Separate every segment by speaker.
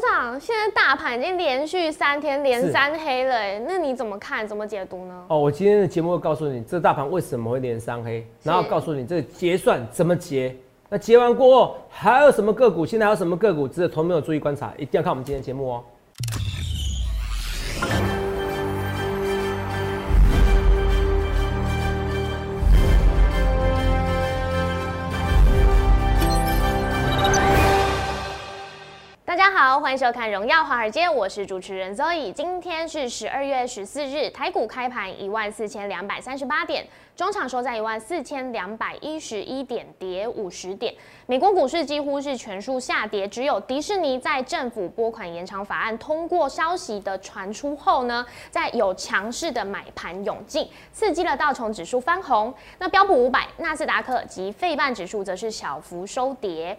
Speaker 1: 长，现在大盘已经连续三天连
Speaker 2: 是
Speaker 1: 三黑了、哎，那你怎么看？怎么解读呢？
Speaker 2: 哦，我今天的节目会告诉你这大盘为什么会连三黑，
Speaker 1: 是
Speaker 2: 然后告诉你这个结算怎么结。那结完过后还有什么个股？现在还有什么个股值得投没有注意观察？一定要看我们今天的节目哦。
Speaker 1: 大家好，欢迎收看《荣耀华尔街》，我是主持人 Zoe。今天是十二月十四日，台股开盘一万四千两百三十八点，中场收在一万四千两百一十一点，跌五十点。美国股市几乎是全数下跌，只有迪士尼在政府拨款延长法案通过消息的传出后呢，在有强势的买盘涌进，刺激了道琼指数翻红。那标普五百、纳斯达克及费半指数则是小幅收跌。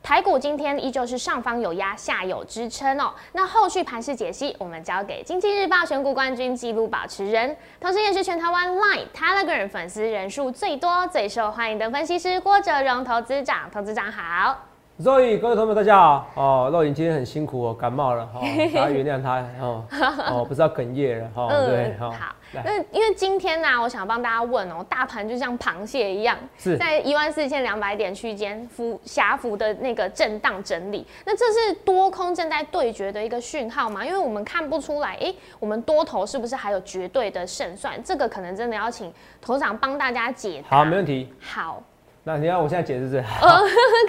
Speaker 1: 台股今天依旧是上方有压，下有支撑哦。那后续盘势解析，我们交给《经济日报》选股冠军纪录保持人，同时也是全台湾 Line、Telegram 粉丝人数最多、最受欢迎的分析师郭哲荣投资长。投资长好。
Speaker 2: 肉影，各位朋友们，大家好！哦，肉影今天很辛苦哦，感冒了， 哦，大家原谅他哦，哦，不知道哽咽了，哦，对，
Speaker 1: 嗯好。
Speaker 2: 来，
Speaker 1: 那因为今天呢、我想帮大家问哦，大盘就像螃蟹一样，
Speaker 2: 是
Speaker 1: 在一万四千两百点区间幅狭幅的那个震荡整理，那这是多空正在对决的一个讯号嘛？因为我们看不出来，诶，我们多头是不是还有绝对的胜算？这个可能真的要请头长帮大家解答。
Speaker 2: 好，没问题。
Speaker 1: 好，
Speaker 2: 那你要我现在解释是不是？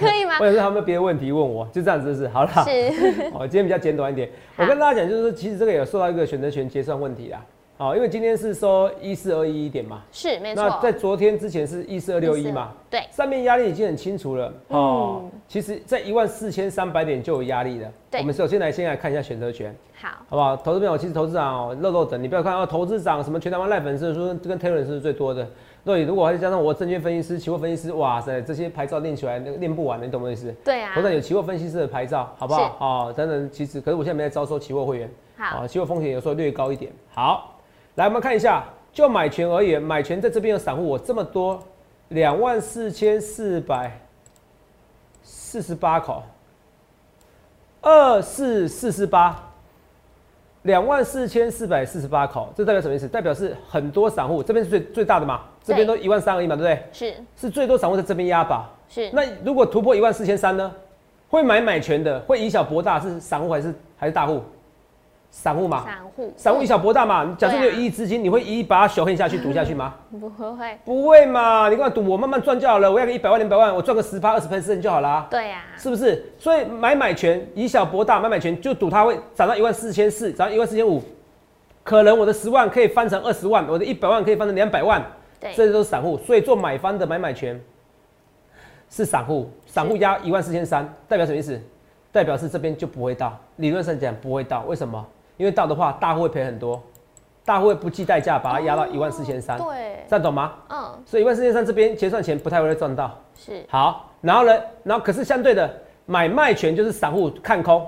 Speaker 1: 那 可以吗
Speaker 2: 我？也是他们别的问题问我，就这样子是不是？好了，
Speaker 1: 是，
Speaker 2: 哦，今天比较简短一点。
Speaker 1: 好
Speaker 2: 我跟大家讲，就是说，其实这个有受到一个选择权结算问题啦。好、因为今天是收一四二一一点嘛，
Speaker 1: 是没
Speaker 2: 那
Speaker 1: 错
Speaker 2: 在。昨天之前是一四二六一嘛，
Speaker 1: 对，
Speaker 2: 上面压力已经很清楚了。
Speaker 1: 嗯
Speaker 2: 哦，其实在一万四千三百点就有压力了。
Speaker 1: 对
Speaker 2: 我们首先来先来看一下选择权，
Speaker 1: 好，
Speaker 2: 好不好？投资朋友，其实投资长哦，肉肉等，你不要看哦，投资长什么全台湾赖粉丝说跟 Taylor 是最多的。若你如果还加上我证券分析师、期货分析师，哇塞，这些牌照练起来那个练不完的，你懂我意思？
Speaker 1: 对啊
Speaker 2: 头，上有期货分析师的牌照，好不好？哦，等等，其实可是我现在没在招收期货会员，
Speaker 1: 好
Speaker 2: 哦，期货风险有时候略高一点。好，来我们看一下，就买权而言，买权在这边有散户我这么多，两万四千四百四十八口，二四四四八。两万四千四百四十八口，这代表什么意思？代表是很多散户，这边是最最大的嘛，这边都一万三而已嘛，对不对？
Speaker 1: 是
Speaker 2: 是最多散户在这边压吧？
Speaker 1: 是，
Speaker 2: 那如果突破一万四千三呢？会买买权的，会以小博大，是散户还是还是大户？散户嘛，
Speaker 1: 散户，
Speaker 2: 散户以小博大嘛。假设你有
Speaker 1: 对啊嗯
Speaker 2: 一亿资金，你会一亿把它小黑下去赌下去吗？
Speaker 1: 不会，
Speaker 2: 不会嘛，你跟我赌，我慢慢赚就好了。我要个一百万、两百万，我赚个十趴、二十 percent 就好啦。
Speaker 1: 对啊呀、
Speaker 2: 是不是？所以买买权以小博大，买买权就赌它会涨到一万四千四，涨到一万四千五，可能我的十万可以翻成二十万，我的一百万可以翻成两百万，
Speaker 1: 对啊
Speaker 2: 这都是散户。所以做买方的买买权是散户，散户压一万四千三，代表什么意思？代表是这边就不会到，理论上讲不会到，为什么？因为到的话，大户会赔很多，大户会不计代价把它压到一万四千三，
Speaker 1: 哦对，
Speaker 2: 这样懂吗？
Speaker 1: 嗯，
Speaker 2: 所以一万四千三这边结算前不太会赚到。
Speaker 1: 是
Speaker 2: 好，然后呢，然后可是相对的买卖权就是散户看空，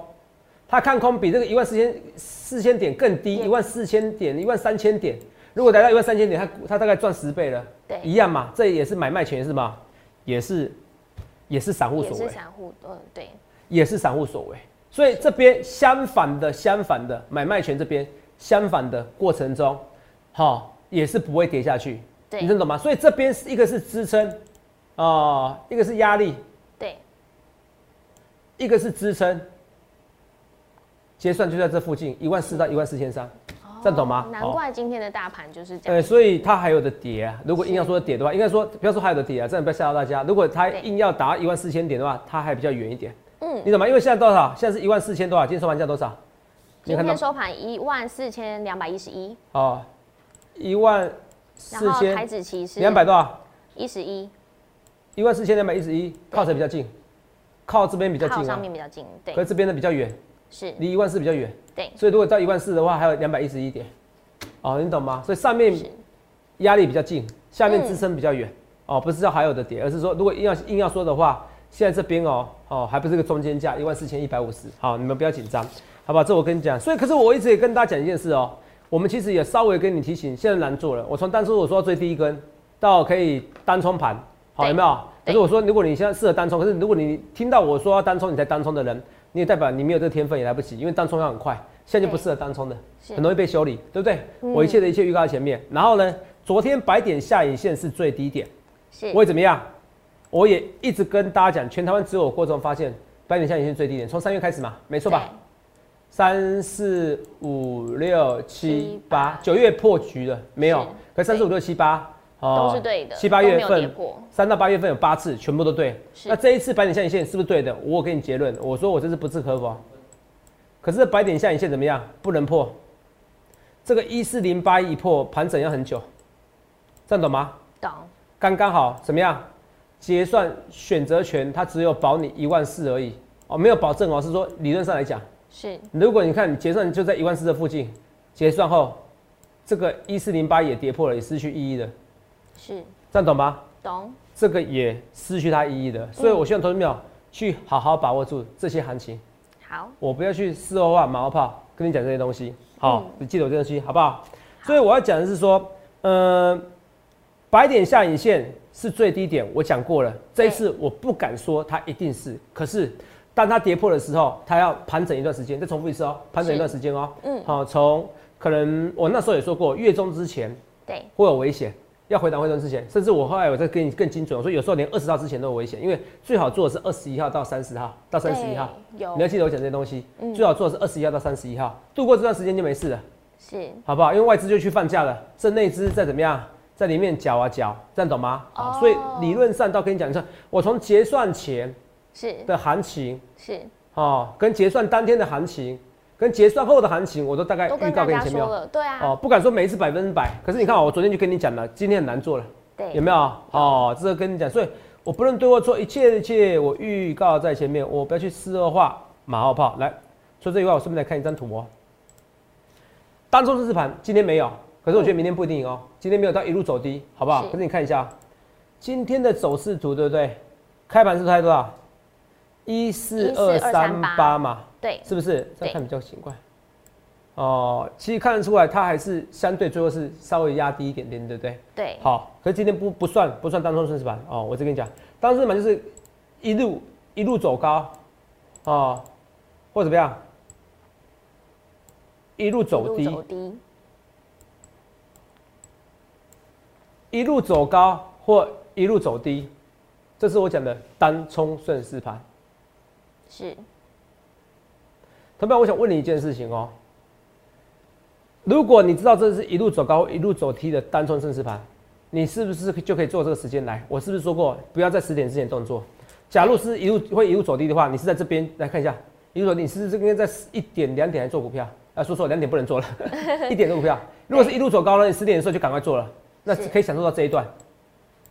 Speaker 2: 他看空比这个一万四千四千点更低，
Speaker 1: 对
Speaker 2: 一万四千点、一万三千点，如果来到一万三千点，他他大概赚十倍了，
Speaker 1: 对
Speaker 2: 一样嘛，这也是买卖权是吗？也是也是散户
Speaker 1: 也
Speaker 2: 所
Speaker 1: 是
Speaker 2: 为，
Speaker 1: 散户，嗯，对，
Speaker 2: 也是散户所为，所以这边相反的相反的买卖权这边相反的过程中，好、也是不会跌下去，
Speaker 1: 对
Speaker 2: 你真懂吗？所以这边是一个是支撑，哦、一个是压力。
Speaker 1: 对，
Speaker 2: 一个是支撑，结算就在这附近，一万四
Speaker 1: 嗯
Speaker 2: 到一万四千三，这样懂吗
Speaker 1: 哦？难怪今天的大盘就是这
Speaker 2: 呃，
Speaker 1: 样。
Speaker 2: 所以它还有的跌啊。如果硬要说跌的话，应该说不要说还有的跌啊，这样不要吓到大家。如果它
Speaker 1: 对
Speaker 2: 硬要达一万四千点的话，它还比较远一点。
Speaker 1: 嗯
Speaker 2: 嗯，你懂吗？因为现在多少？现在是一万四千多少？今天收盘价多少？
Speaker 1: 今
Speaker 2: 你有看
Speaker 1: 天
Speaker 2: 到
Speaker 1: 收盘一万四千两百一十一，
Speaker 2: 哦，一万
Speaker 1: 然
Speaker 2: 四
Speaker 1: 后台
Speaker 2: 千
Speaker 1: 指期是
Speaker 2: 两百多少？
Speaker 1: 一十一，
Speaker 2: 一万四千两百一十一，靠谁比较近？靠这边比较
Speaker 1: 靠
Speaker 2: 近
Speaker 1: 上
Speaker 2: 啊，
Speaker 1: 面比较近，对
Speaker 2: 可，是这边的比较远，
Speaker 1: 是，
Speaker 2: 离一万四比较远。
Speaker 1: 对，
Speaker 2: 所以如果到一万四的话，还有两百一十一点。哦，你懂吗？所以上面
Speaker 1: 是，
Speaker 2: 压力比较近，下面
Speaker 1: 嗯
Speaker 2: 支撑比较远、哦，不是说还有的跌，而是说如果硬要硬要说的话，现在这边哦哦还不是个中间价一万四千一百五十，好，你们不要紧张，好吧？这我跟你讲，所以可是我一直也跟大家讲一件事哦，我们其实也稍微跟你提醒，现在难做了，我从当初我说到最低一根到可以单冲盘，好
Speaker 1: 对
Speaker 2: 啊有没有？可
Speaker 1: 对
Speaker 2: 是我说，如果你现在适合单冲，可是如果你听到我说要单冲，你才单冲的人，你也代表你没有这个天分也来不及，因为当冲要很快，现在就不适合当冲的，
Speaker 1: 是
Speaker 2: 很容易被修理，对不对？
Speaker 1: 嗯
Speaker 2: 我一切的一切预告在前面。然后呢，昨天百点下影线是最低点，
Speaker 1: 是
Speaker 2: 我也怎么样？我也一直跟大家讲，全台湾只有我过程发现百点下影线最低点，从三月开始嘛，没错吧？？三四五六七八，九月破局了没有
Speaker 1: 是？
Speaker 2: 可三四五六七八哦
Speaker 1: 都是对的
Speaker 2: 七八
Speaker 1: 都
Speaker 2: 月
Speaker 1: 没有跌
Speaker 2: 份
Speaker 1: 破，
Speaker 2: 三到八月份有八次，全部都对。
Speaker 1: 是
Speaker 2: 那这一次白点下影线是不是对的？我有给你结论，我说我这是不置可否。可是白点下影线怎么样？不能破。这个一四零八一破，盘整要很久，这样懂吗？
Speaker 1: 对懂，
Speaker 2: 刚刚好，怎么样？结算选择权它只有保你一万四而已哦，没有保证哦，是说理论上来讲。
Speaker 1: 是
Speaker 2: 如果你看你结算就在一万四的附近，结算后，这个一四零八也跌破了，也失去意义了，
Speaker 1: 是
Speaker 2: 这样懂吗？
Speaker 1: 懂，
Speaker 2: 这个也失去它意义了，所以我希望投资朋友去好好把握住这些行情，
Speaker 1: 好，
Speaker 2: 我不要去事后话马后炮跟你讲这些东西，好，你记得我这些东西好不好？所以我要讲的是说，呃，白点下影线是最低点，我讲过了，这一次我不敢说它一定是，可是当它跌破的时候，它要盘整一段时间，再重复一次哦，盘整一段时间哦，
Speaker 1: 嗯
Speaker 2: 好，从可能我那时候也说过，月中之前
Speaker 1: 对，
Speaker 2: 会有危险，要回档回档之前，甚至我后来我再跟你更精准，我说有时候连二十号之前都有危险，因为最好做的是二十一号到三十号到三十一号，
Speaker 1: 对嗯有
Speaker 2: 你要记得我讲这些东西，最好做的是二十一号到三十一号，度过这段时间就没事了，
Speaker 1: 是
Speaker 2: 好不好？因为外资就去放假了，这内资再怎么样。在里面搅啊搅，这样懂吗？好
Speaker 1: 哦
Speaker 2: 所以理论上到跟你讲，你说我从结算前
Speaker 1: 是
Speaker 2: 的行情
Speaker 1: 是，
Speaker 2: 哦，跟结算当天的行情，跟结算后的行情，我都大概
Speaker 1: 都
Speaker 2: 预
Speaker 1: 跟
Speaker 2: 告
Speaker 1: 大
Speaker 2: 给你
Speaker 1: 家
Speaker 2: 前
Speaker 1: 说
Speaker 2: 面有
Speaker 1: 了，对啊，
Speaker 2: 哦，不敢说每一次百分之百，可是你看哦，我昨天就跟你讲了，今天很难做了，有
Speaker 1: 哎对，
Speaker 2: 没有？哦，这个跟你讲，所以我不论对或错，一切的一切我预告在前面，我不要去事后化马后炮。来，除了这以外，我顺便来看一张图哦。当中这次盘今天没有，可是我觉得明天不一定赢哦。今天没有到一路走低，好不好
Speaker 1: 嗯是？
Speaker 2: 可是你看一下今天的走势图，对不对？开盘是不是开多少？一四二三八
Speaker 1: 14238
Speaker 2: 嘛。
Speaker 1: 对，
Speaker 2: 是不是？这
Speaker 1: 对
Speaker 2: 样看比较奇怪。哦，其实看得出来，它还是相对最后是稍微压低一点点，对不对？
Speaker 1: 对，
Speaker 2: 好，可是今天不不算不算当中顺势盘哦，我再跟你讲，当中顺势盘就是一路一路走高，哦，或怎么样，一路走低，
Speaker 1: 一路走低，
Speaker 2: 一路走高或一路走低，这是我讲的单冲顺势盘。
Speaker 1: 是
Speaker 2: 同伴，我想问你一件事情哦。如果你知道这是一路走高、一路走低的单冲顺势盘，你是不是就可以做这个时间来？我是不是说过不要在十点之前动作？假如是一路会一路走低的话，你是在这边来看一下，一路走低，你是不是应该在一点、两点来做股票？啊，说错，两点不能做了，一点做股票。如果是一路走高呢，你十点的时候就赶快做了，那
Speaker 1: 是
Speaker 2: 可以享受到这一段，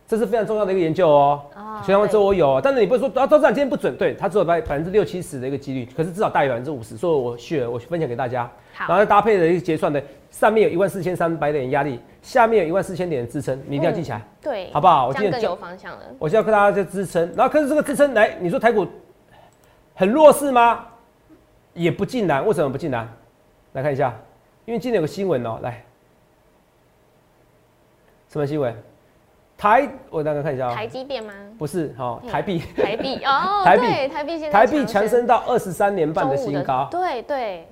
Speaker 2: 这是非常重要的一个研究哦。
Speaker 1: 哦
Speaker 2: 学完之后
Speaker 1: 对
Speaker 2: 我有，但是你不是说啊，都这样今天不准，对，它只有百百分之六七十的一个几率，可是至少大于百分之五十，所以我去我分享给大家，
Speaker 1: 好
Speaker 2: 然后再搭配了一个结算的，上面有一万四千三百点压力，下面有一万四千点的支撑，你一定要记起来，
Speaker 1: 对，
Speaker 2: 好不好？我
Speaker 1: 嗯这
Speaker 2: 今
Speaker 1: 样
Speaker 2: 天
Speaker 1: 更
Speaker 2: 就
Speaker 1: 有方向了，
Speaker 2: 我现在跟大家这支撑，然后可是这个支撑来，你说台股很弱势吗？也不尽然，为什么不尽然？来看一下，因为今天有个新闻哦，来，什么新闻？台，我大概看一下啊、
Speaker 1: 台积电吗？
Speaker 2: 不是哦，
Speaker 1: 嗯
Speaker 2: 台币，
Speaker 1: 台币哦，
Speaker 2: 台币
Speaker 1: 对，台币现在
Speaker 2: 台币强升到二十三年半的
Speaker 1: 中午
Speaker 2: 新高，
Speaker 1: 对对，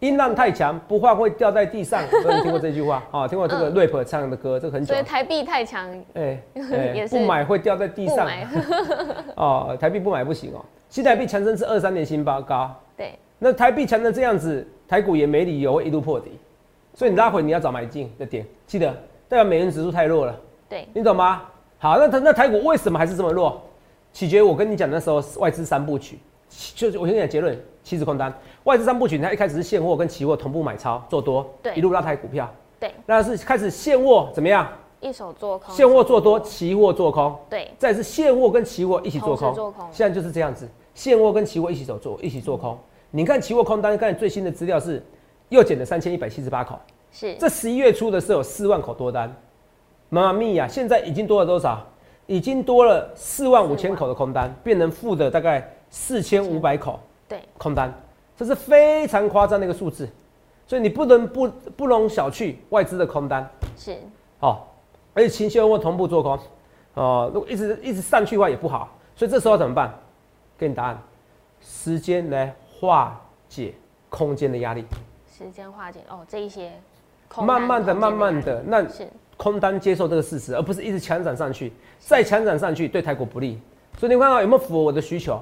Speaker 2: 音浪太强，不换会掉在地上。有没有人听过这 句话？哦，听过这个 rap 唱的歌，这个很
Speaker 1: 嗯
Speaker 2: 久
Speaker 1: 所以。台币太强，
Speaker 2: 哎
Speaker 1: 也
Speaker 2: 哎，
Speaker 1: 是
Speaker 2: 不买会掉在地
Speaker 1: 不
Speaker 2: 上
Speaker 1: 买，
Speaker 2: 哦，台币不买不行哦。新台币强升至二三年新高高，
Speaker 1: 对，
Speaker 2: 那台币强成这样子，台股也没理由会一路破底，所以你拉回你要找买进的点，记得代表美元指数太弱了。
Speaker 1: 对，
Speaker 2: 你懂吗？好，那它那台股为什么还是这么弱？取决于我跟你讲那时候外资三部曲，其就是我先讲结论，期指空单，外资三部曲，它一开始是现货跟期货同步买超做多，
Speaker 1: 对
Speaker 2: 一路拉抬股票，
Speaker 1: 对，
Speaker 2: 那是开始现货怎么样？
Speaker 1: 一手做空，
Speaker 2: 现货做多，期货做空，
Speaker 1: 对，
Speaker 2: 再是现货跟期货一起
Speaker 1: 同
Speaker 2: 做空，
Speaker 1: 时做空
Speaker 2: 现在就是这样子，现货跟期货一起走做，一起做空。你看期货空单，看最新的资料是又减了三千一百七十八口，
Speaker 1: 是
Speaker 2: 这十一月初的时候有四万口多单，妈妈咪呀！现在已经多了多少？已经多了四万五千口的空单，变成负的大概四千五百口
Speaker 1: 对，
Speaker 2: 空单，这是非常夸张的一个数字，所以你不能不不容小觑外资的空单
Speaker 1: 是
Speaker 2: 哦，而且情绪又同步做空哦，如果一直一直上去的话也不好，所以这时候怎么办？给你答案，时间来化解空间的压力，
Speaker 1: 时间化解哦，这一些空
Speaker 2: 慢慢的、
Speaker 1: 难
Speaker 2: 慢
Speaker 1: 空间
Speaker 2: 慢的，那
Speaker 1: 压力是
Speaker 2: 空单接受这个事实，而不是一直强涨上去，再强涨上去对台股不利。所以你看啊到有没有符合我的需求？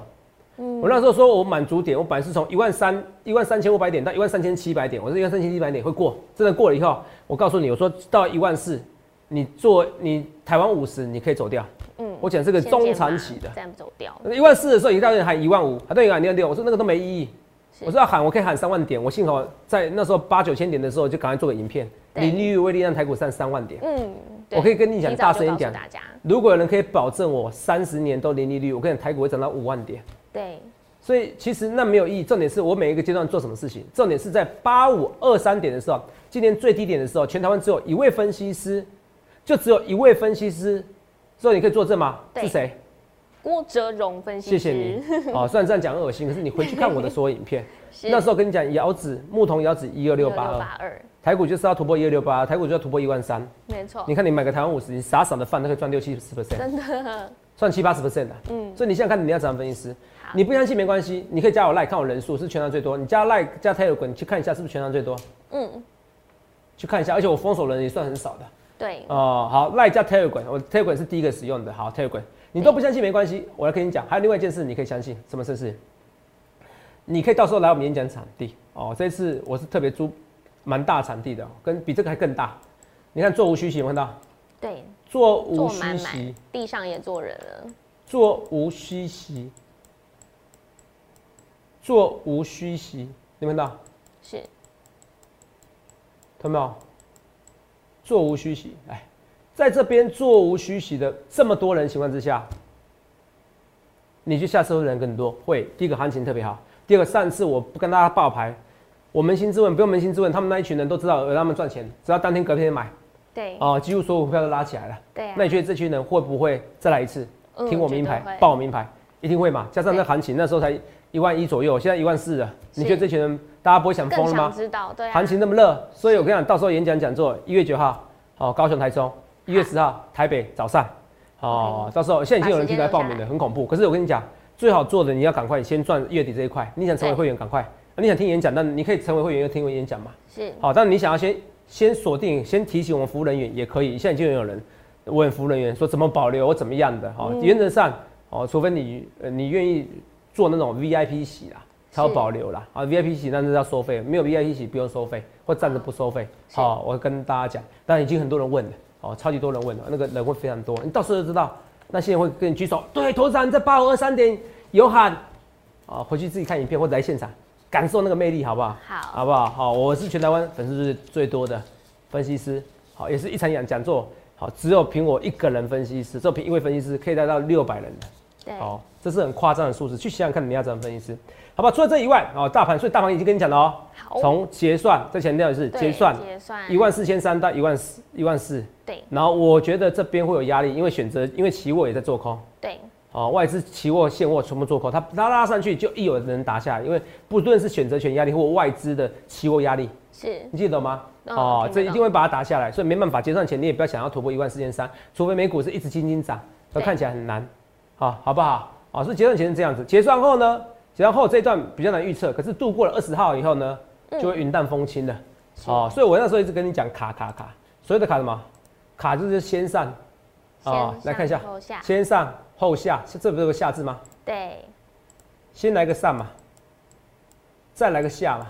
Speaker 2: 我那时候说我满足点，我本来是从一万三、一万三千五百点到一万三千七百点，我说一万三千七百点会过，真的过了以后，我告诉你，我说到一万四，你做你台湾五十，你可以走掉。
Speaker 1: 嗯
Speaker 2: 我讲这个
Speaker 1: 先减
Speaker 2: 中长
Speaker 1: 码
Speaker 2: 期的，
Speaker 1: 这样走掉
Speaker 2: 一万四的时候，一大堆人喊一万五，还对人喊一万六，我说那个都没意义。
Speaker 1: 是
Speaker 2: 我说要啊喊，我可以喊三万点。我幸好在那时候八九千点的时候，就赶快做个影片，
Speaker 1: 对
Speaker 2: 零利率威力让台股上三万点。
Speaker 1: 嗯，
Speaker 2: 我可以跟你讲
Speaker 1: 提早
Speaker 2: 大
Speaker 1: 就
Speaker 2: 声一
Speaker 1: 告诉
Speaker 2: 点
Speaker 1: 大家
Speaker 2: 如果有人可以保证我三十年都零利率，我跟你讲台股会涨到五万点。
Speaker 1: 对
Speaker 2: 所以其实那没有意义，重点是我每一个阶段做什么事情。重点是在八五二三点的时候，今年最低点的时候，全台湾只有一位分析师，就只有一位分析师，所以你可以作证吗？
Speaker 1: 对
Speaker 2: 是谁？
Speaker 1: 郭哲荣分析
Speaker 2: 谢
Speaker 1: 师，
Speaker 2: 谢你。哦，虽然这样讲恶心，可 是你回去看我的所有影片，
Speaker 1: 是
Speaker 2: 那时候跟你讲遥指牧童遥指一二六八二，
Speaker 1: 八二，
Speaker 2: 台股就是要突破一二六八，台股就要突破一万三。
Speaker 1: 没错
Speaker 2: 你，看你买个台湾五十，你傻傻的饭都可以赚六七十 percent，
Speaker 1: 真的，
Speaker 2: 赚七八十 percent 的。嗯，所以你想想看，你要怎样分析师？
Speaker 1: 好
Speaker 2: 你不相信没关系，你可以加我 like 看我人数是全场最多，你加 like 加 Telegram 去看一下是不是全场最多，
Speaker 1: 嗯，
Speaker 2: 去看一下，而且我封锁人也算很少的
Speaker 1: 对，
Speaker 2: 哦。好，like 加 Telegram，我 Telegram 是第一个使用的。好，Telegram，你都不相信没关系，我来跟你讲，还有另外一件事你可以相信，什么事是？你可以到时候来我们演讲场地哦，这次我是特别租蛮大场地的哦，跟比这个还更大。你看座无虚席，有没有看到？
Speaker 1: 对，
Speaker 2: 座
Speaker 1: 坐
Speaker 2: 无虚
Speaker 1: 满
Speaker 2: 席
Speaker 1: 满，，地上也坐人了，
Speaker 2: 座无虚席，座无虚席，你们看到？
Speaker 1: 是
Speaker 2: 看到没有？座无虚席，哎，在这边座无虚席的这么多人情况之下，你去下车的人更多，会第一个行情特别好，第二个上次我不跟大家爆牌，我扪心自问，不用扪心自问，他们那一群人都知道有让他们赚钱，只要当天隔天买，
Speaker 1: 对，
Speaker 2: 哦，几乎所有股票都拉起来了。
Speaker 1: 对啊
Speaker 2: 那，你觉得这群人会不会再来一次？
Speaker 1: 嗯
Speaker 2: 听我名
Speaker 1: 绝对
Speaker 2: 牌
Speaker 1: 会，
Speaker 2: 报我名牌，一定会嘛？加上
Speaker 1: 对
Speaker 2: 这行情那时候才一万一左右，现在一万四了，你
Speaker 1: 是
Speaker 2: 觉得这群人大家不会想
Speaker 1: 更
Speaker 2: 疯了
Speaker 1: 想
Speaker 2: 吗？
Speaker 1: 知道，对啊，
Speaker 2: 行情那么热，所以我跟你讲，到时候演讲讲座一月九号，哦，高雄、台中；一月十号，台北早上。哦，到时候现在已经有人提出来报名
Speaker 1: 把时间留下
Speaker 2: 了，很恐怖。可是我跟你讲，最好做的你要赶快先赚月底这一块。你想成为
Speaker 1: 对
Speaker 2: 会员，赶快；啊你想听演讲，那你可以成为会员又听我演讲嘛。
Speaker 1: 是
Speaker 2: 好，但你想要先先锁定，先提醒我们服务人员也可以。现在就有人问服务人员说怎么保留，我怎么样的？
Speaker 1: 嗯
Speaker 2: 好、原则上哦，除非你呃你愿意做那种 VIP 席啦，才有
Speaker 1: 是
Speaker 2: 保留啦。啊，VIP 席但是要收费，没有 VIP 席不用收费，或站着不收费。
Speaker 1: 是
Speaker 2: 好、我跟大家讲，但已经很多人问了，哦，超级多人问了，那个人会非常多，你到时候就知道那些人会跟你举手，对，头长在八五二三点有喊，啊、回去自己看影片或者来现场感受那个魅力，好不好？
Speaker 1: 好
Speaker 2: 好不好？好，我是全台湾粉丝最最多的分析师，好，也是一场讲讲座，好，只有凭我一个人分析师，只有凭一位分析师可以带到六百人的。
Speaker 1: 对，
Speaker 2: 好、这是很夸张的数字，去想想看你要怎么分析师，好吧？除了这以外，哦，大盘，所以大盘已经跟你讲了哦
Speaker 1: 好，
Speaker 2: 从结算，再强调一次，
Speaker 1: 对
Speaker 2: 结算
Speaker 1: 结算
Speaker 2: 一万四千三到一万四，一万四，
Speaker 1: 对
Speaker 2: 然后我觉得这边会有压力，因为选择，因为期货也在做空，
Speaker 1: 对
Speaker 2: 哦，外资期货、现货全部做空，它它拉上去就一有人打下来，因为不论是选择权压力或外资的期货压力，
Speaker 1: 是
Speaker 2: 你记得吗？
Speaker 1: 嗯
Speaker 2: 哦
Speaker 1: 听得，
Speaker 2: 这
Speaker 1: 懂
Speaker 2: 一定会把它打下来，所以没办法，结算前你也不要想要突破一万四千三，除非美股是一直轻轻涨，那
Speaker 1: 对
Speaker 2: 看起来很难，好、好不好？哦，所以结算前是这样子，结算后呢，结算后这一段比较难预测，可是度过了二十号以后呢，
Speaker 1: 嗯
Speaker 2: 就会云淡风轻了。
Speaker 1: 是
Speaker 2: 哦，所以我那时候一直跟你讲卡卡卡，所有的卡什么？卡就是先上，哦
Speaker 1: 先
Speaker 2: 来看一下
Speaker 1: 上后下
Speaker 2: 先上后下，是这不是有个下字吗？
Speaker 1: 对
Speaker 2: 先来个上嘛，再来个下嘛，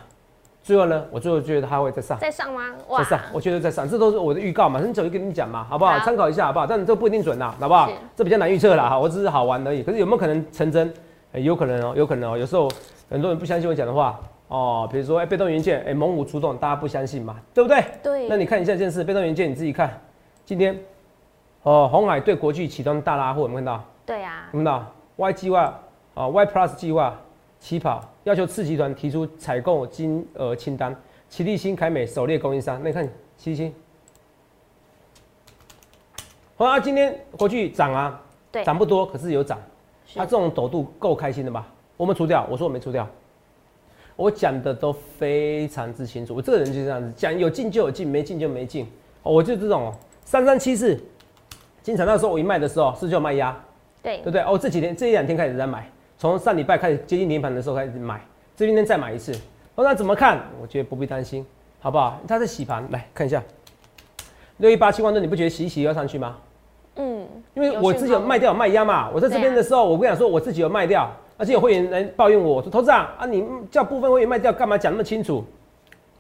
Speaker 2: 最后呢，我最后觉得它会再上。
Speaker 1: 在上吗？
Speaker 2: 啊再上，我觉得再上，这都是我的预告嘛，很早就跟你讲嘛，好不好？
Speaker 1: 好
Speaker 2: 参考一下，好不好？但这不一定准啦，好不好
Speaker 1: 是？
Speaker 2: 这比较难预测啦，哈，我只是好玩而已。可是有没有可能成真？呃有可能哦、有可能哦、有时候很多人不相信我讲的话哦，比如说哎、被动元件，哎、猛虎出动，大家不相信嘛，对不对？
Speaker 1: 对，
Speaker 2: 那你看一下这件事，被动元件你自己看，今天哦，红海对国巨启动大拉货，有没有看到？
Speaker 1: 对啊，
Speaker 2: 有没有看到？Y 计划啊、y Plus 计划起跑，要求次集团提出采购金额清单，齐立新、凯美首列供应商。那你看齐立新，哇、啊，今天国巨涨啊，
Speaker 1: 对
Speaker 2: 涨不多，可是有涨，
Speaker 1: 是
Speaker 2: 它、这种抖度够开心的吧？我们除掉，我说我没除掉。我讲的都非常之清楚，我这个人就是这样子，讲有进就有进，没进就没进。哦我就这种三三七四，经常那时候我一卖的时候，是不是就有卖压，
Speaker 1: 对
Speaker 2: 对不对？哦，这几天这一两天开始在买，从上礼拜开始接近停盘的时候开始买，这边再买一次。哦，那怎么看？我觉得不必担心，好不好？它在洗盘，来看一下，六一八七万吨，你不觉得洗一洗要上去吗？
Speaker 1: 嗯，
Speaker 2: 因为我自己有卖掉有卖压嘛，我在这
Speaker 1: 对
Speaker 2: 边
Speaker 1: 啊
Speaker 2: 的时候，我跟你讲说我自己有卖掉，而且有会员来抱怨我，我说投资长啊，你叫部分会员卖掉，干嘛讲那么清楚？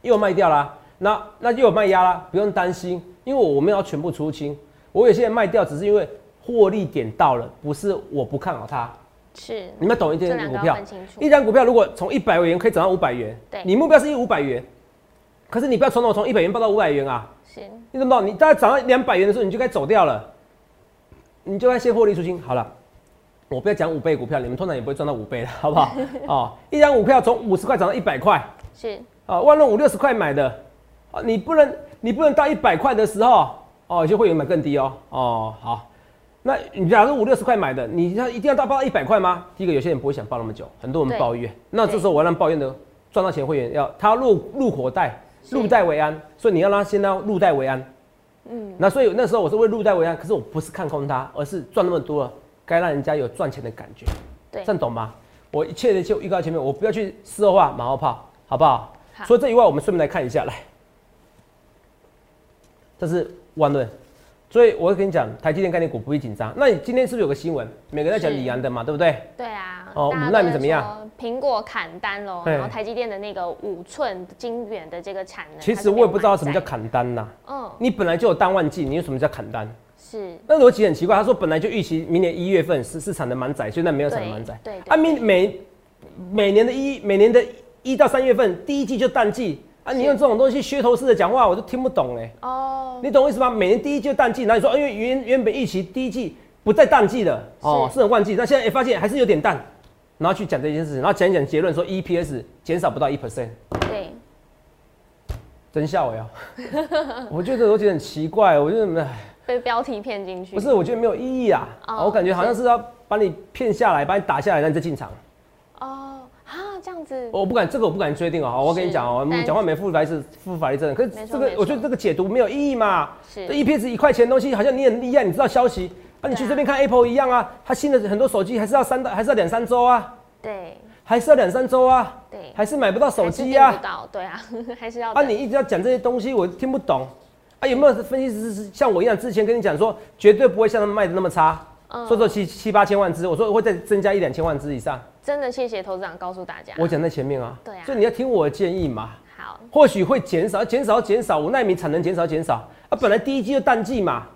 Speaker 2: 又有卖掉啦，那那又有卖压啦，不用担心，因为我没有要全部出清，我有些人卖掉只是因为获利点到了，不是我不看好它。
Speaker 1: 是
Speaker 2: 你们懂一
Speaker 1: 这
Speaker 2: 点
Speaker 1: 两个
Speaker 2: 股
Speaker 1: 要
Speaker 2: 票
Speaker 1: 分清，楚
Speaker 2: 一张股票如果从一百元可以涨到五百元，
Speaker 1: 对
Speaker 2: 你目标是一五百元，可是你不要从头从一百元报到五百元啊，
Speaker 1: 是，
Speaker 2: 你怎么懂？你大概涨到两百元的时候，你就该走掉了，你就该先获利出清。好了，我不要讲五倍股票，你们通常也不会赚到五倍的，好不好？哦，一张股票从五十块涨到一百块，
Speaker 1: 是
Speaker 2: 啊，万润五六十块买的，啊，你不能你不能到一百块的时候，哦，有些会员买更低哦，哦，好，那你假如五六十块买的，你要一定要到报一百块吗？第一个，有些人不会想报那么久，很多人
Speaker 1: 对
Speaker 2: 抱怨，那这
Speaker 1: 对
Speaker 2: 时候我要让抱怨的赚到钱会员要他入入口袋，
Speaker 1: 是
Speaker 2: 入袋为安，所以你要让他先要入袋为安。嗯，那所以那时候我是为入袋为安，可是我不是看空他，而是赚那么多了，该让人家有赚钱的感觉。
Speaker 1: 对
Speaker 2: 这，样懂吗？我一切的就预告前面，我不要去事后化马后炮，好不好？
Speaker 1: 好
Speaker 2: 除了这以外，我们顺便来看一下，来，这是万润，所以我会跟你讲，台积电概念股不必紧张。那你今天是不是有个新闻？每个人在讲
Speaker 1: 是
Speaker 2: 李阳的嘛，对不对？
Speaker 1: 对啊。
Speaker 2: 哦
Speaker 1: 大家
Speaker 2: 五
Speaker 1: 都
Speaker 2: 纳米
Speaker 1: 在
Speaker 2: 怎么样
Speaker 1: 说？苹果砍单喽，
Speaker 2: 对
Speaker 1: 然后台积电的那个五寸晶圆的这个产能，
Speaker 2: 其
Speaker 1: 它
Speaker 2: 实
Speaker 1: 是没
Speaker 2: 我也
Speaker 1: 有
Speaker 2: 不知道
Speaker 1: 满
Speaker 2: 什么叫
Speaker 1: 载，
Speaker 2: 砍单呐、
Speaker 1: 嗯，
Speaker 2: 你本来就有单万计，你有什么叫砍单？
Speaker 1: 是
Speaker 2: 那逻辑很奇怪，他说本来就预期明年一月份市市场的满载，现在没有产能满载。
Speaker 1: 对对对
Speaker 2: 啊，明每每年的一每年的一到三月份第一季就淡季啊，你
Speaker 1: 是
Speaker 2: 用这种东西噱头式的讲话，我都听不懂哎、
Speaker 1: 哦，
Speaker 2: 你懂我意思吗？每年第一季就淡季，然后你说，啊因为原原本预期第一季不再淡季了，哦，
Speaker 1: 是
Speaker 2: 是很旺季，但现在、哎发现还是有点淡，然后去讲这件事情，然后讲一讲结论说 EPS 减少不到一 percent，
Speaker 1: 对，
Speaker 2: 真笑 哎、哦，我觉得这逻辑很奇怪，我觉得哎
Speaker 1: 被标题骗进去，
Speaker 2: 不是，我觉得没有意义啊！
Speaker 1: 哦
Speaker 2: 我感觉好像是要把你骗下来，把你打下来，让你再进场。
Speaker 1: 哦啊，这样子
Speaker 2: 我不敢，这个我不敢确定哦。好我跟你讲哦，
Speaker 1: 是
Speaker 2: 我们
Speaker 1: 但
Speaker 2: 讲话没负法律是负法律责任。可是
Speaker 1: 没错
Speaker 2: 这个
Speaker 1: 没，错
Speaker 2: 我觉得这个解读没有意义嘛。
Speaker 1: 是
Speaker 2: 这 EPS 一块钱的东西，好像你很厉害，你知道消息，啊，你
Speaker 1: 对
Speaker 2: 去
Speaker 1: 啊
Speaker 2: 这边看 Apple 一样啊，它新的很多手机还是要三到，还是要两三周啊，
Speaker 1: 对
Speaker 2: 还是要两三周啊，
Speaker 1: 对，
Speaker 2: 还是买不到手
Speaker 1: 还是
Speaker 2: 机
Speaker 1: 订
Speaker 2: 啊
Speaker 1: 不。到，对啊， 还是要
Speaker 2: 啊，
Speaker 1: 等
Speaker 2: 你一直要讲这些东西，我听不懂。啊，有没有分析师是像我一样，之前跟你讲说，绝对不会像他们卖的那么差，
Speaker 1: 嗯
Speaker 2: 说说七七八千万只，我说会再增加一两千万只以上。
Speaker 1: 真的谢谢投资长告诉大家，
Speaker 2: 我讲在前面啊，
Speaker 1: 嗯对啊
Speaker 2: 所以你要听我的建议嘛。
Speaker 1: 好
Speaker 2: 或许会减少，减少，减少，五纳米产能减少，减少啊，本来第一季就淡季嘛，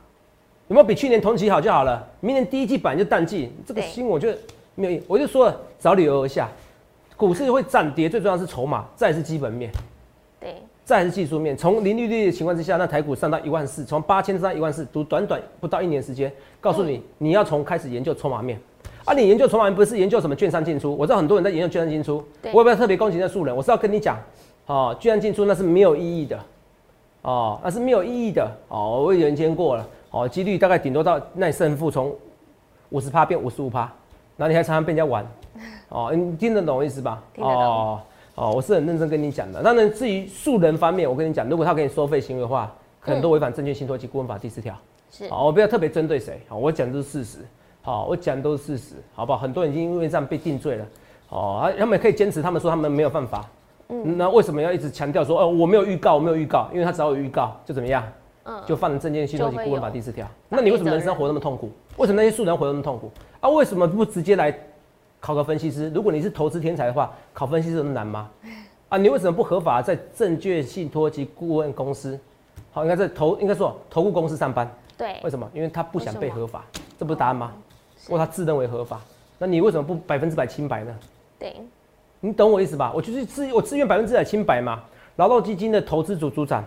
Speaker 2: 有没有比去年同期好就好了？明年第一季本来就淡季，这个
Speaker 1: 对
Speaker 2: 新闻我觉得没有意义，我就说了，找理由而下，股市会涨跌，最重要是筹码，再来是基本面。
Speaker 1: 对
Speaker 2: 再来是技术面，从零利率的情况之下，那台股上到一万四，从八千上到一万四，读短短不到一年时间，告诉你，你要从开始研究筹码面。啊，你研究筹码面不是研究什么券商进出，我知道很多人在研究券商进出，
Speaker 1: 对
Speaker 2: 我也不要特别攻击那素人，我是要跟你讲，哦，券商进出那是没有意义的，哦，那是没有意义的，哦，我也研究过了，哦，几率大概顶多到那你胜负从五十趴变五十五趴，然后你还常常被人家玩，哦，你听得懂我意思吧？
Speaker 1: 听得懂
Speaker 2: 哦哦，我是很认真跟你讲的。当然，至于素人方面，我跟你讲，如果他给你收费行为的话，可能都违反证券信托及顾问法第四条。哦
Speaker 1: 是
Speaker 2: 好，我不要特别针对谁，好，我讲的都是事实，好，我讲的都是事实，好不好？很多人已经因为这样被定罪了，哦，啊他们也可以坚持，他们说他们没有犯法，嗯，那为什么要一直强调说，哦，我没有预告，我没有预告，因为他只要有预告就怎么样，
Speaker 1: 嗯
Speaker 2: 就犯了证券信托及顾问
Speaker 1: 就会
Speaker 2: 法
Speaker 1: 有
Speaker 2: 第四条。那你为什么人生活那么痛苦？为什么那些素人活得那么痛苦？啊，为什么不直接来考个分析师？如果你是投资天才的话，考分析师有那么难吗？啊，你为什么不合法在证券信托及顾问公司？好，应该在投，应该说投顾公司上班。
Speaker 1: 对
Speaker 2: 为什么？因为他不想
Speaker 1: 哎为
Speaker 2: 被
Speaker 1: 什么哦
Speaker 2: 合法，这不是答案吗？或他自认为合法，那你为什么不百分之百清白呢？
Speaker 1: 对
Speaker 2: 你懂我意思吧？我就是自我自愿百分之百清白嘛。劳动基金的投资组组长，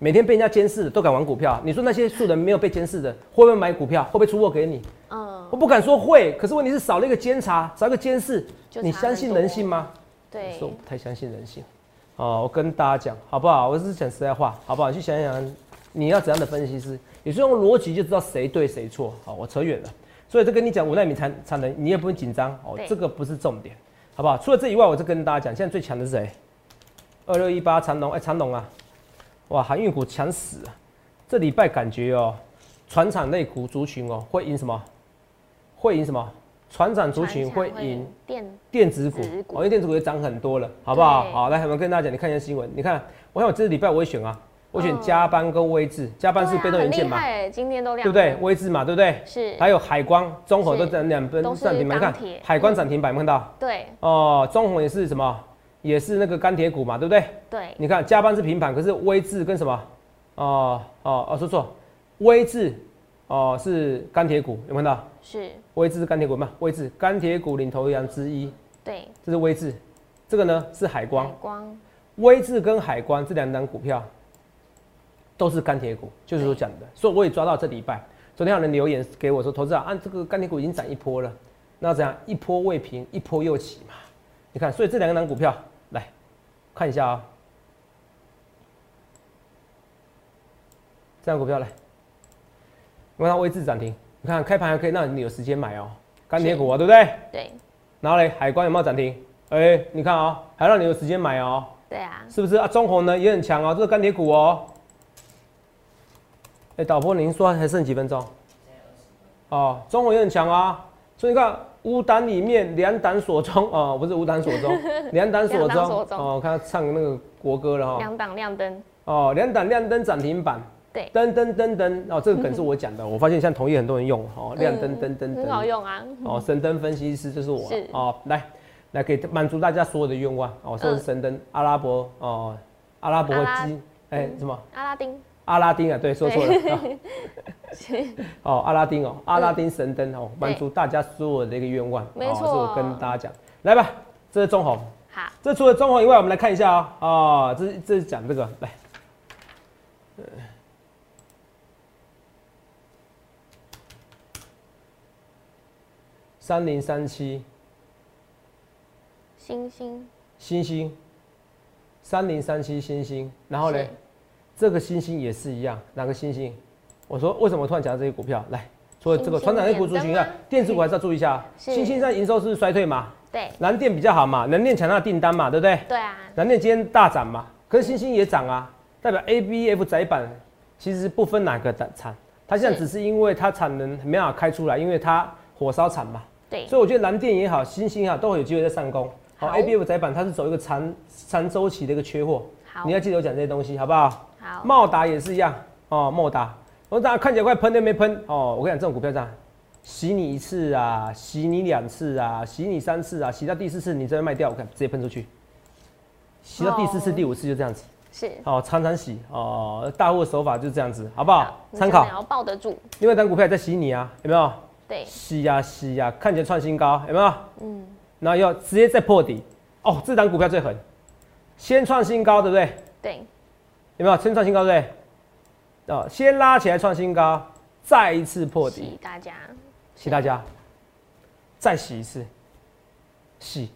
Speaker 2: 每天被人家监视的都敢玩股票，啊你说那些素人没有被监视的，会不会买股票？会不会出货给你？
Speaker 1: 嗯
Speaker 2: 我不敢说会，可是问题是少了一个监察，少一个监视，
Speaker 1: 就
Speaker 2: 你
Speaker 1: 差
Speaker 2: 相
Speaker 1: 很
Speaker 2: 信
Speaker 1: 多
Speaker 2: 人性吗？
Speaker 1: 对
Speaker 2: 我说我不太相信人性。哦，我跟大家讲好不好？我是讲实在话，好不好？你去想想你要怎样的分析师，你是用逻辑就知道谁对谁错。好，我扯远了。所以这跟你讲五纳米产产能，你也不用紧张哦
Speaker 1: 对，
Speaker 2: 这个不是重点，好不好？除了这以外，我再跟大家讲，现在最强的是谁？二六一八长龙，哎、长龙啊，哇，航运股强死啊！这礼拜感觉哦，船产类股族群哦会赢什么？会赢什么？船长族群会赢
Speaker 1: 电
Speaker 2: 电子股
Speaker 1: 子，股
Speaker 2: 哦，因为电子股也涨很多了，好不好？
Speaker 1: 对
Speaker 2: 好，来，我们跟大家讲，你看一下新闻，你看，我想我这礼拜我会选啊，我选
Speaker 1: 嗯
Speaker 2: 加班跟微智，加班是被动元件
Speaker 1: 对
Speaker 2: 嘛，
Speaker 1: 啊很厉害今天都
Speaker 2: 对
Speaker 1: 亮
Speaker 2: 不
Speaker 1: 灯，
Speaker 2: 对？微智嘛，对不对？
Speaker 1: 是，
Speaker 2: 还有海光、中红
Speaker 1: 是
Speaker 2: 都涨两分
Speaker 1: 都是
Speaker 2: 涨停板，你看
Speaker 1: 钢铁
Speaker 2: 海光涨停板，有没有看到？
Speaker 1: 对
Speaker 2: 哦，中红也是什么？也是那个钢铁股嘛，对不对？
Speaker 1: 对，
Speaker 2: 你看加班是平盘，可是微智跟什么？哦哦哦，说错，微智哦是钢铁股，有没有看到？
Speaker 1: 是，
Speaker 2: 微智是钢铁股嘛？微智钢铁股领头羊之一，
Speaker 1: 对，
Speaker 2: 这是微智，这个呢是海光
Speaker 1: 海。光，
Speaker 2: 微智跟海光这两档股票都是钢铁股，就是说讲的，所以我也抓到这礼拜。昨天有人留言给我说，投资长，啊，这个钢铁股已经涨一波了，那怎样？一波未平，一波又起嘛。你看，所以这两档股票来看一下啊、这档股票来，我看到微智涨停，你看开盘还可以让你有时间买哦，钢铁股啊，对不对？
Speaker 1: 对
Speaker 2: 然后嘞，海光有没有涨停？哎、你看啊、还让你有时间买哦。
Speaker 1: 对啊，
Speaker 2: 是不是啊？中红呢也很强哦，这是钢铁股哦。哎、导播，您说还剩几分钟？哦，中红也很强啊，所以你看五档里面两档所中哦，不是五档所 中，两档所
Speaker 1: 两档
Speaker 2: 中
Speaker 1: 所中
Speaker 2: 哦，我看他唱那个国歌了哈、
Speaker 1: 两档亮灯，
Speaker 2: 哦，两档亮灯涨停板，
Speaker 1: 对，
Speaker 2: 噔噔噔噔哦，这个梗是我讲 的，我发现像同业很多人用哦，亮灯噔噔
Speaker 1: 嗯很好
Speaker 2: 噔
Speaker 1: 用啊，
Speaker 2: 哦，神灯分析师就是我了
Speaker 1: 是
Speaker 2: 哦，来来给满足大家所有的愿望哦，说是
Speaker 1: 嗯
Speaker 2: 神灯阿拉伯哦，阿拉伯
Speaker 1: 阿拉
Speaker 2: 鸡哎、什么
Speaker 1: 阿拉丁，
Speaker 2: 阿拉丁啊？对，说错了。 啊哦，阿拉丁
Speaker 1: 嗯
Speaker 2: 哦，阿拉丁神灯哦，满足大家所有的一个愿望，
Speaker 1: 没
Speaker 2: 哦
Speaker 1: 错
Speaker 2: 是我跟大家讲，来吧，这是中红，
Speaker 1: 好，
Speaker 2: 这除了中红以外，我们来看一下哦，哦，这是这是讲这个来。三零三七，
Speaker 1: 星星，
Speaker 2: 星星，三零三七星星，然后呢
Speaker 1: 是，
Speaker 2: 这个星星也是一样，哪个星星？我说为什么突然讲到这些股票？来，除了这个
Speaker 1: 星星
Speaker 2: 船长 A 股族群
Speaker 1: 点灯
Speaker 2: 啊
Speaker 1: 吗，
Speaker 2: 电子股还是要注意一下啊。
Speaker 1: 是
Speaker 2: 星星现在营收是不是衰退嘛，
Speaker 1: 对
Speaker 2: 蓝电比较好嘛，能电抢到订单嘛，对不对？
Speaker 1: 对啊，
Speaker 2: 蓝电今天大涨嘛，可是星星也涨啊，代表 A、B、F 窄板其实不分哪个产，它现在
Speaker 1: 是
Speaker 2: 只是因为它产能没办法开出来，因为它火烧产嘛。
Speaker 1: 对
Speaker 2: 所以我觉得蓝电也好，星星也好，都会有机会在上攻。好
Speaker 1: 好
Speaker 2: ，A B F 窄板它是走一个长长周期的一个缺货，
Speaker 1: 好
Speaker 2: 你要记得我讲这些东西，好不好？
Speaker 1: 好
Speaker 2: 茂达也是一样哦，茂达，我大家看起来快喷都没喷哦。我跟你讲，这种股票这样，洗你一次啊，洗你两次啊，洗你三次啊，洗到第四次你再卖掉，我看直接喷出去，洗到第四次、
Speaker 1: 哦
Speaker 2: 第五次就这样子，
Speaker 1: 是，
Speaker 2: 哦，常常洗哦，大户的手法就是这样子，好不好？
Speaker 1: 你
Speaker 2: 参
Speaker 1: 真的
Speaker 2: 考。
Speaker 1: 要抱得住，
Speaker 2: 另外一单股票也在洗你啊，有没有？
Speaker 1: 对，
Speaker 2: 洗呀、洗呀、看起来创新高，有没有？
Speaker 1: 嗯，
Speaker 2: 然后要直接再破底。哦，这档股票最狠，先创新高，对不对？
Speaker 1: 对，
Speaker 2: 有没有先创新高，对不对？哦，先拉起来创新高，再一次破底，
Speaker 1: 洗大家，
Speaker 2: 洗大家，再洗一次，洗。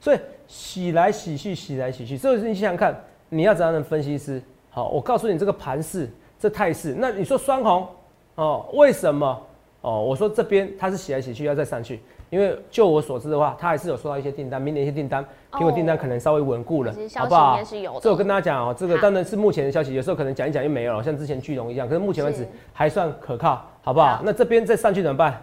Speaker 2: 所以洗来洗去，洗来洗去，这就是你想想看，你要怎样的分析师？好，我告诉你这个盘势，这态势。那你说双红哦，为什么？哦，我说这边它是洗来洗去，要再上去，因为就我所知的话，它还是有收到一些订单，明年一些订单，苹果
Speaker 1: 哦
Speaker 2: 订单可能稍微稳固了
Speaker 1: 其实，
Speaker 2: 好
Speaker 1: 消息
Speaker 2: 不好
Speaker 1: 面？是有
Speaker 2: 这我
Speaker 1: 的，
Speaker 2: 跟大家讲哦，这个
Speaker 1: 好
Speaker 2: 当然是目前的消息，有时候可能讲一讲就没有了，像之前巨龙一样。可是目前为止
Speaker 1: 是
Speaker 2: 还算可靠，好不好？
Speaker 1: 好
Speaker 2: 那这边再上去怎么办？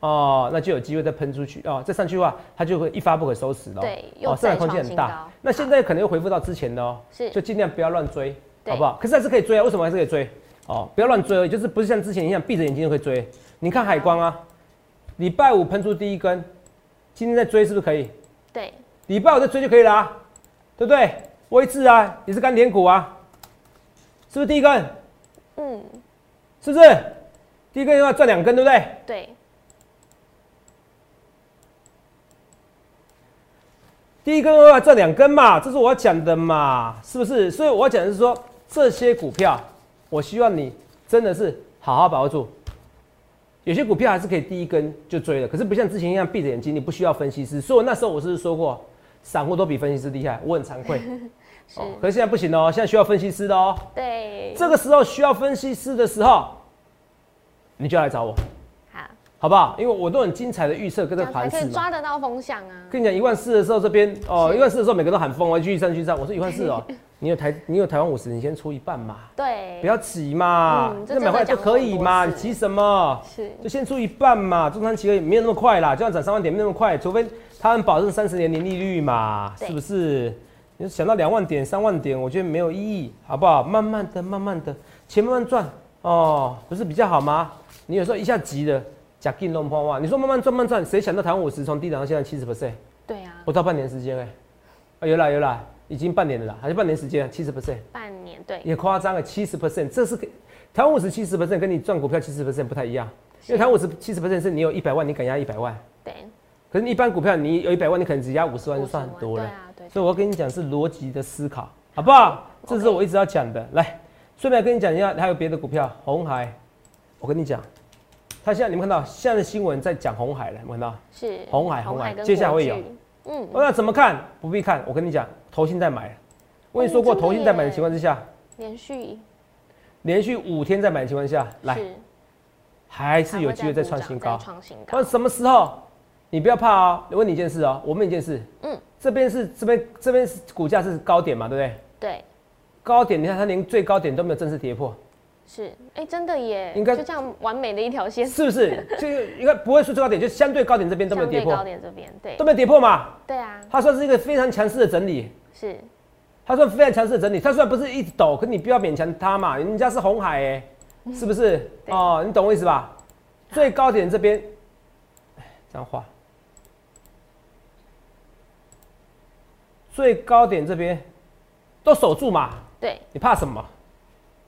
Speaker 2: 哦，那就有机会再喷出去哦，再上去的话，它就会一发不可收拾了。
Speaker 1: 对，
Speaker 2: 哦
Speaker 1: 又，
Speaker 2: 上
Speaker 1: 再
Speaker 2: 涨空
Speaker 1: 创
Speaker 2: 间很
Speaker 1: 新
Speaker 2: 大
Speaker 1: 高。，
Speaker 2: 那现在可能又恢复到之前的哦，
Speaker 1: 是
Speaker 2: 就尽量不要乱追，
Speaker 1: 对
Speaker 2: 好不好？可是还是可以追啊，为什么还是可以追？哦，不要乱追而已，就是不是像之前一样闭着眼睛就可以追。你看海光啊，礼拜五喷出第一根，今天再追是不是可以？
Speaker 1: 对，
Speaker 2: 礼拜五再追就可以了、啊，对不对？威智啊，也是钢铁股啊，是不是第一根？
Speaker 1: 嗯，
Speaker 2: 是不是？第一根要赚两根，对不对？
Speaker 1: 对，
Speaker 2: 第一根要赚两根嘛，这是我要讲的嘛，是不是？所以我要讲的是说，这些股票，我希望你真的是好好把握住。有些股票还是可以第一根就追的，可是不像之前一样闭着眼睛，你不需要分析师。所以我那时候我是不是说过，散户都比分析师厉害，我很惭愧。
Speaker 1: 是
Speaker 2: 哦，可是现在不行哦，现在需要分析师的哦。
Speaker 1: 对，
Speaker 2: 这个时候需要分析师的时候，你就要来找我，
Speaker 1: 好，
Speaker 2: 好不好？因为我都很精彩的预测跟
Speaker 1: 这
Speaker 2: 这
Speaker 1: 样
Speaker 2: 个
Speaker 1: 才
Speaker 2: 盘
Speaker 1: 可
Speaker 2: 势
Speaker 1: 以
Speaker 2: 嘛。
Speaker 1: 抓得到风向啊，
Speaker 2: 跟你讲，一万四的时候这边哦，
Speaker 1: 是
Speaker 2: 一万四的时候每个都喊疯，我继续上去上。我说一万四哦，你有台你有台湾五十，你先出一半嘛，
Speaker 1: 对，
Speaker 2: 不要急嘛
Speaker 1: 嗯，这
Speaker 2: 那买回来
Speaker 1: 真
Speaker 2: 就
Speaker 1: 的
Speaker 2: 可以
Speaker 1: 讲
Speaker 2: 嘛，你
Speaker 1: 过
Speaker 2: 急什么？
Speaker 1: 是
Speaker 2: 就先出一半嘛，中长期而已，没有那么快啦，就算涨三万点没那么快，除非他们保证三十年年利率嘛，
Speaker 1: 对
Speaker 2: 是不是？你想到两万点、三万点，我觉得没有意义，好不好？慢慢的、慢慢的，钱慢慢赚哦，不是比较好吗？你有时候一下急的，假劲弄破万，你说慢慢赚、慢慢赚，谁想到台湾五十从低档到现在七十 percent，
Speaker 1: 对啊，
Speaker 2: 不到半年时间哎、啊有啦有啦，已经半年了啦，还是半年时间，啊七十 percent。
Speaker 1: 半年对，
Speaker 2: 也夸张了，七十 percent，这是台湾五十七十 percent 跟你赚股票七十 percent 不太一样，因为台湾五十七十 percent 是你有一百万，你敢压一百万，
Speaker 1: 对，
Speaker 2: 可是你一般股票你有一百万，你可能只压五十万就算很
Speaker 1: 50
Speaker 2: 多
Speaker 1: 对
Speaker 2: 了。
Speaker 1: 啊，对，
Speaker 2: 所以我跟你讲是逻辑的思考，好不好？这是我一直要讲的。来，顺便跟你讲一下，还有别的股票，红海，我跟你讲，它现在你们看到现在的新闻在讲红海了，你们看到？
Speaker 1: 是
Speaker 2: 红海红海
Speaker 1: 跟
Speaker 2: 接下来会
Speaker 1: 国
Speaker 2: 有
Speaker 1: 巨，嗯，
Speaker 2: 哦那怎么看？不必看，我跟你讲，投信在买。我跟你说过，
Speaker 1: 哦真的
Speaker 2: 投信在买的
Speaker 1: 耶
Speaker 2: 情况之下，
Speaker 1: 连续
Speaker 2: 连续五天在买的情况下，来。
Speaker 1: 是
Speaker 2: 还
Speaker 1: 它
Speaker 2: 是有
Speaker 1: 会
Speaker 2: 机会
Speaker 1: 再
Speaker 2: 再
Speaker 1: 鼓
Speaker 2: 创
Speaker 1: 掌
Speaker 2: 新
Speaker 1: 再
Speaker 2: 高。
Speaker 1: 创新
Speaker 2: 那
Speaker 1: 高，
Speaker 2: 什么时候？你不要怕哦。我问你一件事哦，我问你一件事。
Speaker 1: 嗯
Speaker 2: 嗯，这边是这边这边是股价是高点嘛，对不对？
Speaker 1: 对，
Speaker 2: 高点，你看它连最高点都没有正式跌破，
Speaker 1: 是，哎，真的耶，
Speaker 2: 应该
Speaker 1: 就这样完美的一条线，
Speaker 2: 是 不是？就是应该不会说最高点，就相对高 点这边都没有
Speaker 1: 相
Speaker 2: 跌
Speaker 1: 对高
Speaker 2: 破，
Speaker 1: 点这边，对
Speaker 2: 都，没有跌破嘛。
Speaker 1: 对啊，
Speaker 2: 它算是一个非常强势的整理，
Speaker 1: 是
Speaker 2: 它算非常强势的整理。它虽然不是一直抖，可你不要勉强它嘛，人家是红海哎、是不是？
Speaker 1: 对
Speaker 2: 哦，你懂我意思吧？最高点这边，哎这样画，最高点这边都守住嘛，
Speaker 1: 对，
Speaker 2: 你怕什么？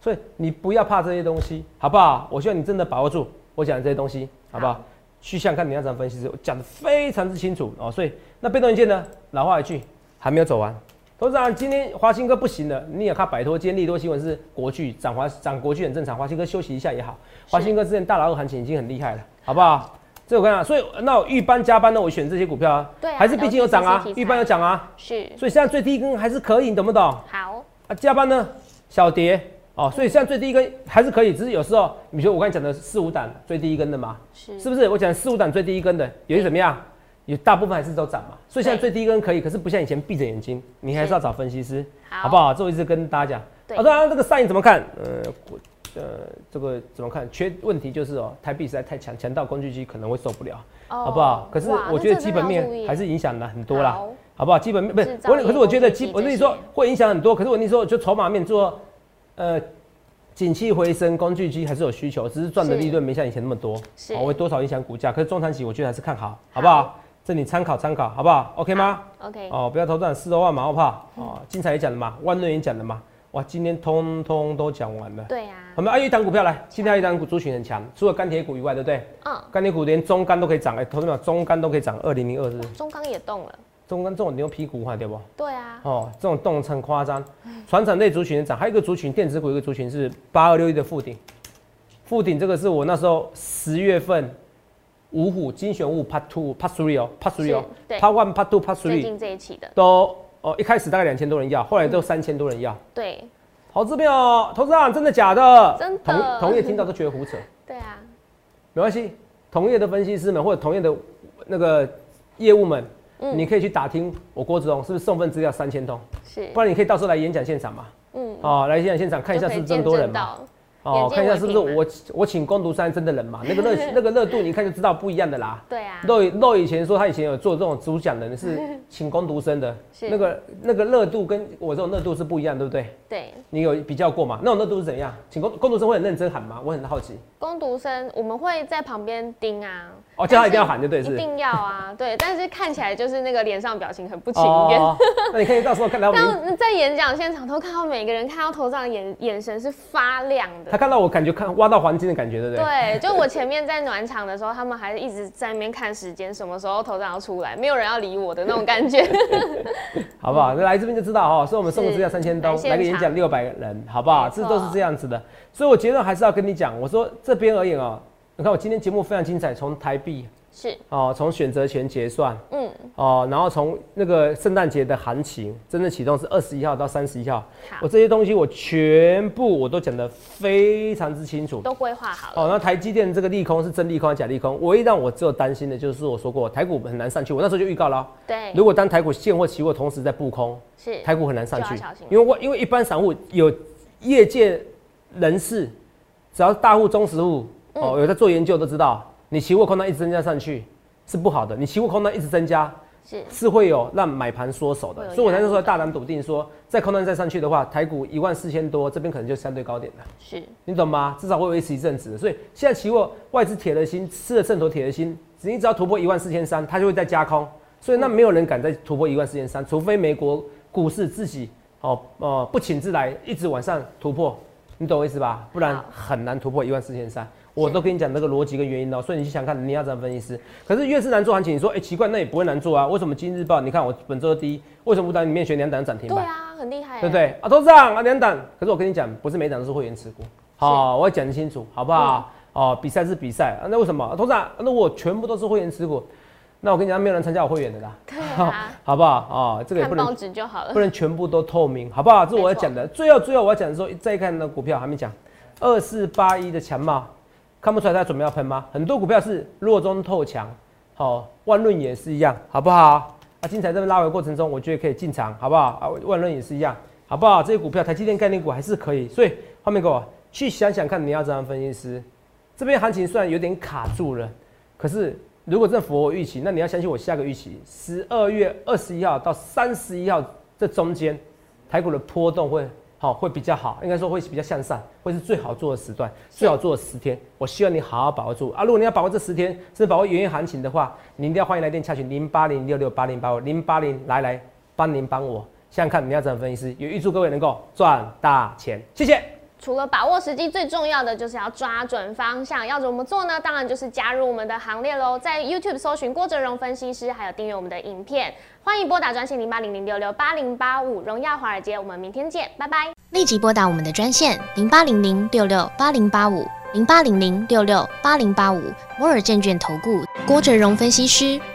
Speaker 2: 所以你不要怕这些东西，好不好？我希望你真的把握住我讲的这些东西，好不好？
Speaker 1: 好
Speaker 2: 去想看你那场分析师，我讲的非常之清楚哦。所以那被动元件呢，老话一句，还没有走完。董事长，今天华兴哥不行了，你也看摆脱。今天利多新闻是国巨涨华涨国巨很正常，华兴哥休息一下也好。
Speaker 1: 是
Speaker 2: 华兴哥之前大老二行情已经很厉害了，好不好？这我跟你讲，所以那我预班加班呢，我选这些股票啊，
Speaker 1: 对啊
Speaker 2: 还是毕竟有涨啊
Speaker 1: 了解，
Speaker 2: 预班有涨啊，
Speaker 1: 是
Speaker 2: 所以现在最低一根还是可以，你懂不懂？
Speaker 1: 好，
Speaker 2: 啊，加班呢小跌哦，所以现在最低一根还是可以，只是有时候，你比如我刚才讲的四五档最低一根的嘛，
Speaker 1: 是
Speaker 2: 是不是？我讲四五档最低一根的，有些怎么样？有大部分还是都涨嘛，所以现在
Speaker 1: 对
Speaker 2: 最低一根可以，可是不像以前闭着眼睛，你还
Speaker 1: 是
Speaker 2: 是要找分析师，
Speaker 1: 好
Speaker 2: 好不好？这我一直跟大家
Speaker 1: 对
Speaker 2: 讲。啊，当然这个上影怎么看？呃，我呃，这个怎么看？缺问题就是哦，台币实在太强，强到工具机可能会受不了，
Speaker 1: 哦
Speaker 2: 好不好？可是
Speaker 1: 哇
Speaker 2: 我
Speaker 1: 那
Speaker 2: 觉得
Speaker 1: 这
Speaker 2: 基
Speaker 1: 真
Speaker 2: 本
Speaker 1: 的要
Speaker 2: 面
Speaker 1: 注意
Speaker 2: 还是影响了很多啦
Speaker 1: 好，
Speaker 2: 好不好？基本面不
Speaker 1: 制
Speaker 2: 是
Speaker 1: 造
Speaker 2: 我，
Speaker 1: 业
Speaker 2: 可是我觉得
Speaker 1: 工具
Speaker 2: 基，
Speaker 1: 机
Speaker 2: 我跟
Speaker 1: 这
Speaker 2: 你说
Speaker 1: 些
Speaker 2: 会影响很多。可是我跟你说，就筹码面做，呃，景气回升，工具机还是有需求，只是赚的
Speaker 1: 是
Speaker 2: 利润没像以前那么多，
Speaker 1: 是
Speaker 2: 哦会多少影响股价。可是中长期我觉得还是看好，好不好？这你参考参考，好不好？OK 吗？
Speaker 1: ？OK，
Speaker 2: 哦，不要头赚四多万嘛，好不好？哦，精彩也讲了嘛，万润也讲了嘛，哇，今天通通都讲完了。
Speaker 1: 对啊
Speaker 2: 我，们还有一档股票来，今天还有一档股族群很强，除了钢铁股以外，对不对？
Speaker 1: 嗯，
Speaker 2: 钢铁股连中钢都可以涨，哎、投资者中钢都可以涨二零零二是不是
Speaker 1: 中钢也动了，
Speaker 2: 中钢这种牛皮股哈，对不？
Speaker 1: 对啊，
Speaker 2: 哦，这种动很夸张，船产类族群涨，还有一个族群电子股，一个族群是八二六一的富鼎，富鼎这个是我那时候十月份五虎精选五 Part Two Part Three 哦 Part Three 哦
Speaker 1: 对
Speaker 2: Part One Part Two Part
Speaker 1: 最
Speaker 2: Three
Speaker 1: 近嗯这一期的，
Speaker 2: 都哦一开始大概两千多人要，后来都三千多人要。
Speaker 1: 对，
Speaker 2: 投资朋友，投资长真的假的？
Speaker 1: 真的
Speaker 2: 同同业听到都觉得胡扯，
Speaker 1: 对啊，
Speaker 2: 没关系，同业的分析师们或者同业的那个业务们，
Speaker 1: 嗯
Speaker 2: 你可以去打听我郭子龙是不是送份资料三千通，
Speaker 1: 是
Speaker 2: 不，然你可以到时候来演讲现场嘛。
Speaker 1: 嗯，
Speaker 2: 哦，来演讲现场看一下是不是真多人嘛？
Speaker 1: 嘛，眼
Speaker 2: 哦，
Speaker 1: 见
Speaker 2: 看一下
Speaker 1: 为
Speaker 2: 是不是
Speaker 1: 凭嘛
Speaker 2: 我我请攻读山真的人嘛？那个热 那个热度，你一看就知道不一样的啦。
Speaker 1: 对啊，
Speaker 2: 肉肉以前说他以前有做这种主讲 人是请攻读生的，
Speaker 1: 是
Speaker 2: 那个那个热度跟我这种热度是不一样，对不对？
Speaker 1: 对，
Speaker 2: 你有比较过吗？那种热度是怎样？请攻攻读生会很认真喊吗？我很好奇。
Speaker 1: 攻读生我们会在旁边盯啊，
Speaker 2: 哦叫
Speaker 1: 但
Speaker 2: 他
Speaker 1: 是
Speaker 2: 一定要喊就对是
Speaker 1: 一定要啊， 对，但是看起来就是那个脸上表情很不情愿。
Speaker 2: 哦，那你可以到时候看到 我们
Speaker 1: 但在演讲现场都看到每个人看到头上的眼眼神是发亮
Speaker 2: 他
Speaker 1: 的，
Speaker 2: 看到我感觉看挖到黄金的感觉，对不对？
Speaker 1: 对，就我前面在暖场的时候，他们还一直在那边看时间，什么时候头上要出来，没有人要理我的那种感 觉。
Speaker 2: 好不好？来这边就知道哦，所以我们送个资料
Speaker 1: 嗯是
Speaker 2: 三千东
Speaker 1: 来，现
Speaker 2: 来个演
Speaker 1: 场
Speaker 2: 讲六百人，好不好？
Speaker 1: 没错
Speaker 2: 这都是这样子的，所以我结论还是要跟你讲，我说这边而言哦，你看我今天节目非常精彩，从台币、
Speaker 1: 是，
Speaker 2: 哦，从选择权结算
Speaker 1: 嗯，
Speaker 2: 哦，然后从那个圣诞节的行情真正启动是二十一号到三十一号，
Speaker 1: 好
Speaker 2: 我，这些东西我全部我都讲得非常之清楚。
Speaker 1: 都规划好了。
Speaker 2: 哦，那台积电这个利空是真利空还是假利空？唯一让我只有担心的就是我说过台股很难上去，我那时候就预告了哦、
Speaker 1: 对，
Speaker 2: 如果当台股现货、期货同时在布空，
Speaker 1: 是，
Speaker 2: 台股很难上去
Speaker 1: 就要小心，
Speaker 2: 因为我因为一般散户有业界人士，只要大户、中实户
Speaker 1: 嗯
Speaker 2: 哦有在做研究都知道，你期货空单一直增加上去是不好的，你期货空单一直增加
Speaker 1: 是，
Speaker 2: 是会有让买盘缩手
Speaker 1: 会有
Speaker 2: 的，所以我才
Speaker 1: 压力
Speaker 2: 说大胆笃定说，在空单再上去的话，台股一万四千多这边可能就相对高点了，
Speaker 1: 是，
Speaker 2: 你懂吗？至少会维持一阵子，所以现在期货外资铁了心，吃了秤砣铁了心，你只要突破一万四千三，它就会再加空，所以那没有人敢再突破一万四千三，除非美国股市自己哦呃不请自来，一直往上突破，你懂我意思吧？不然
Speaker 1: 好
Speaker 2: 很难突破一万四千三。我都跟你讲那个逻辑跟原因了，所以你去想看你要怎么分析师。可是越是难做行情，你说哎、奇怪，那也不会难做啊？为什么《今日报》你看我本周第一，为什么不档里面选两档涨停
Speaker 1: 对
Speaker 2: 板？
Speaker 1: 啊，很厉害欸，
Speaker 2: 对不对？啊，都涨啊，两档。可是我跟你讲，不是每档都是会员持股。好、我要讲清楚，好不好？
Speaker 1: 嗯
Speaker 2: 哦，比赛是比赛、啊，那为什么、啊、董事长？那我全部都是会员持股，那我跟你讲，没有人参加我会员的啦，
Speaker 1: 对啊，
Speaker 2: 好不好？哦，这个也
Speaker 1: 看
Speaker 2: 不
Speaker 1: 报
Speaker 2: 能
Speaker 1: 纸就好了
Speaker 2: 不。能全部都透明，好不好？这是我要讲的。最后最后我要讲的时候，再看那股票还没讲，二四八一的强茂，看不出来它准备要喷吗？很多股票是弱中透强，好、万润也是一样，好不好？啊，精彩这边拉回过程中，我觉得可以进场，好不好？啊，万润也是一样，好不好？这些股票，台积电概念股还是可以，所以画面给我去想想看，你要怎样分析师？这边行情虽然有点卡住了，可是如果真的符合我预期，那你要相信我下个预期，十二月二十一号到三十一号这中间，台股的波动会好、会比较好，应该说会比较向上，会是最好做的时段，最好做的十天。我希望你好好把握住啊！如果你要把握这十天，甚至把握原因行情的话，你一定要欢迎来电洽询零八零六六八零八五零八零来来帮您帮我，想想看你要怎么分析师，也预祝各位能够赚大钱，谢谢。
Speaker 1: 除了把握时机，最重要的就是要抓准方向。要怎么做呢？当然就是加入我们的行列喽，在 YouTube 搜寻郭哲荣分析师，还有订阅我们的影片。欢迎拨打专线零八零零六六八零八五，荣耀华尔街，我们明天见，拜拜。
Speaker 3: 立即拨打我们的专线零八零零六六八零八五零八零零六六八零八五摩尔证券投顾郭哲荣分析师。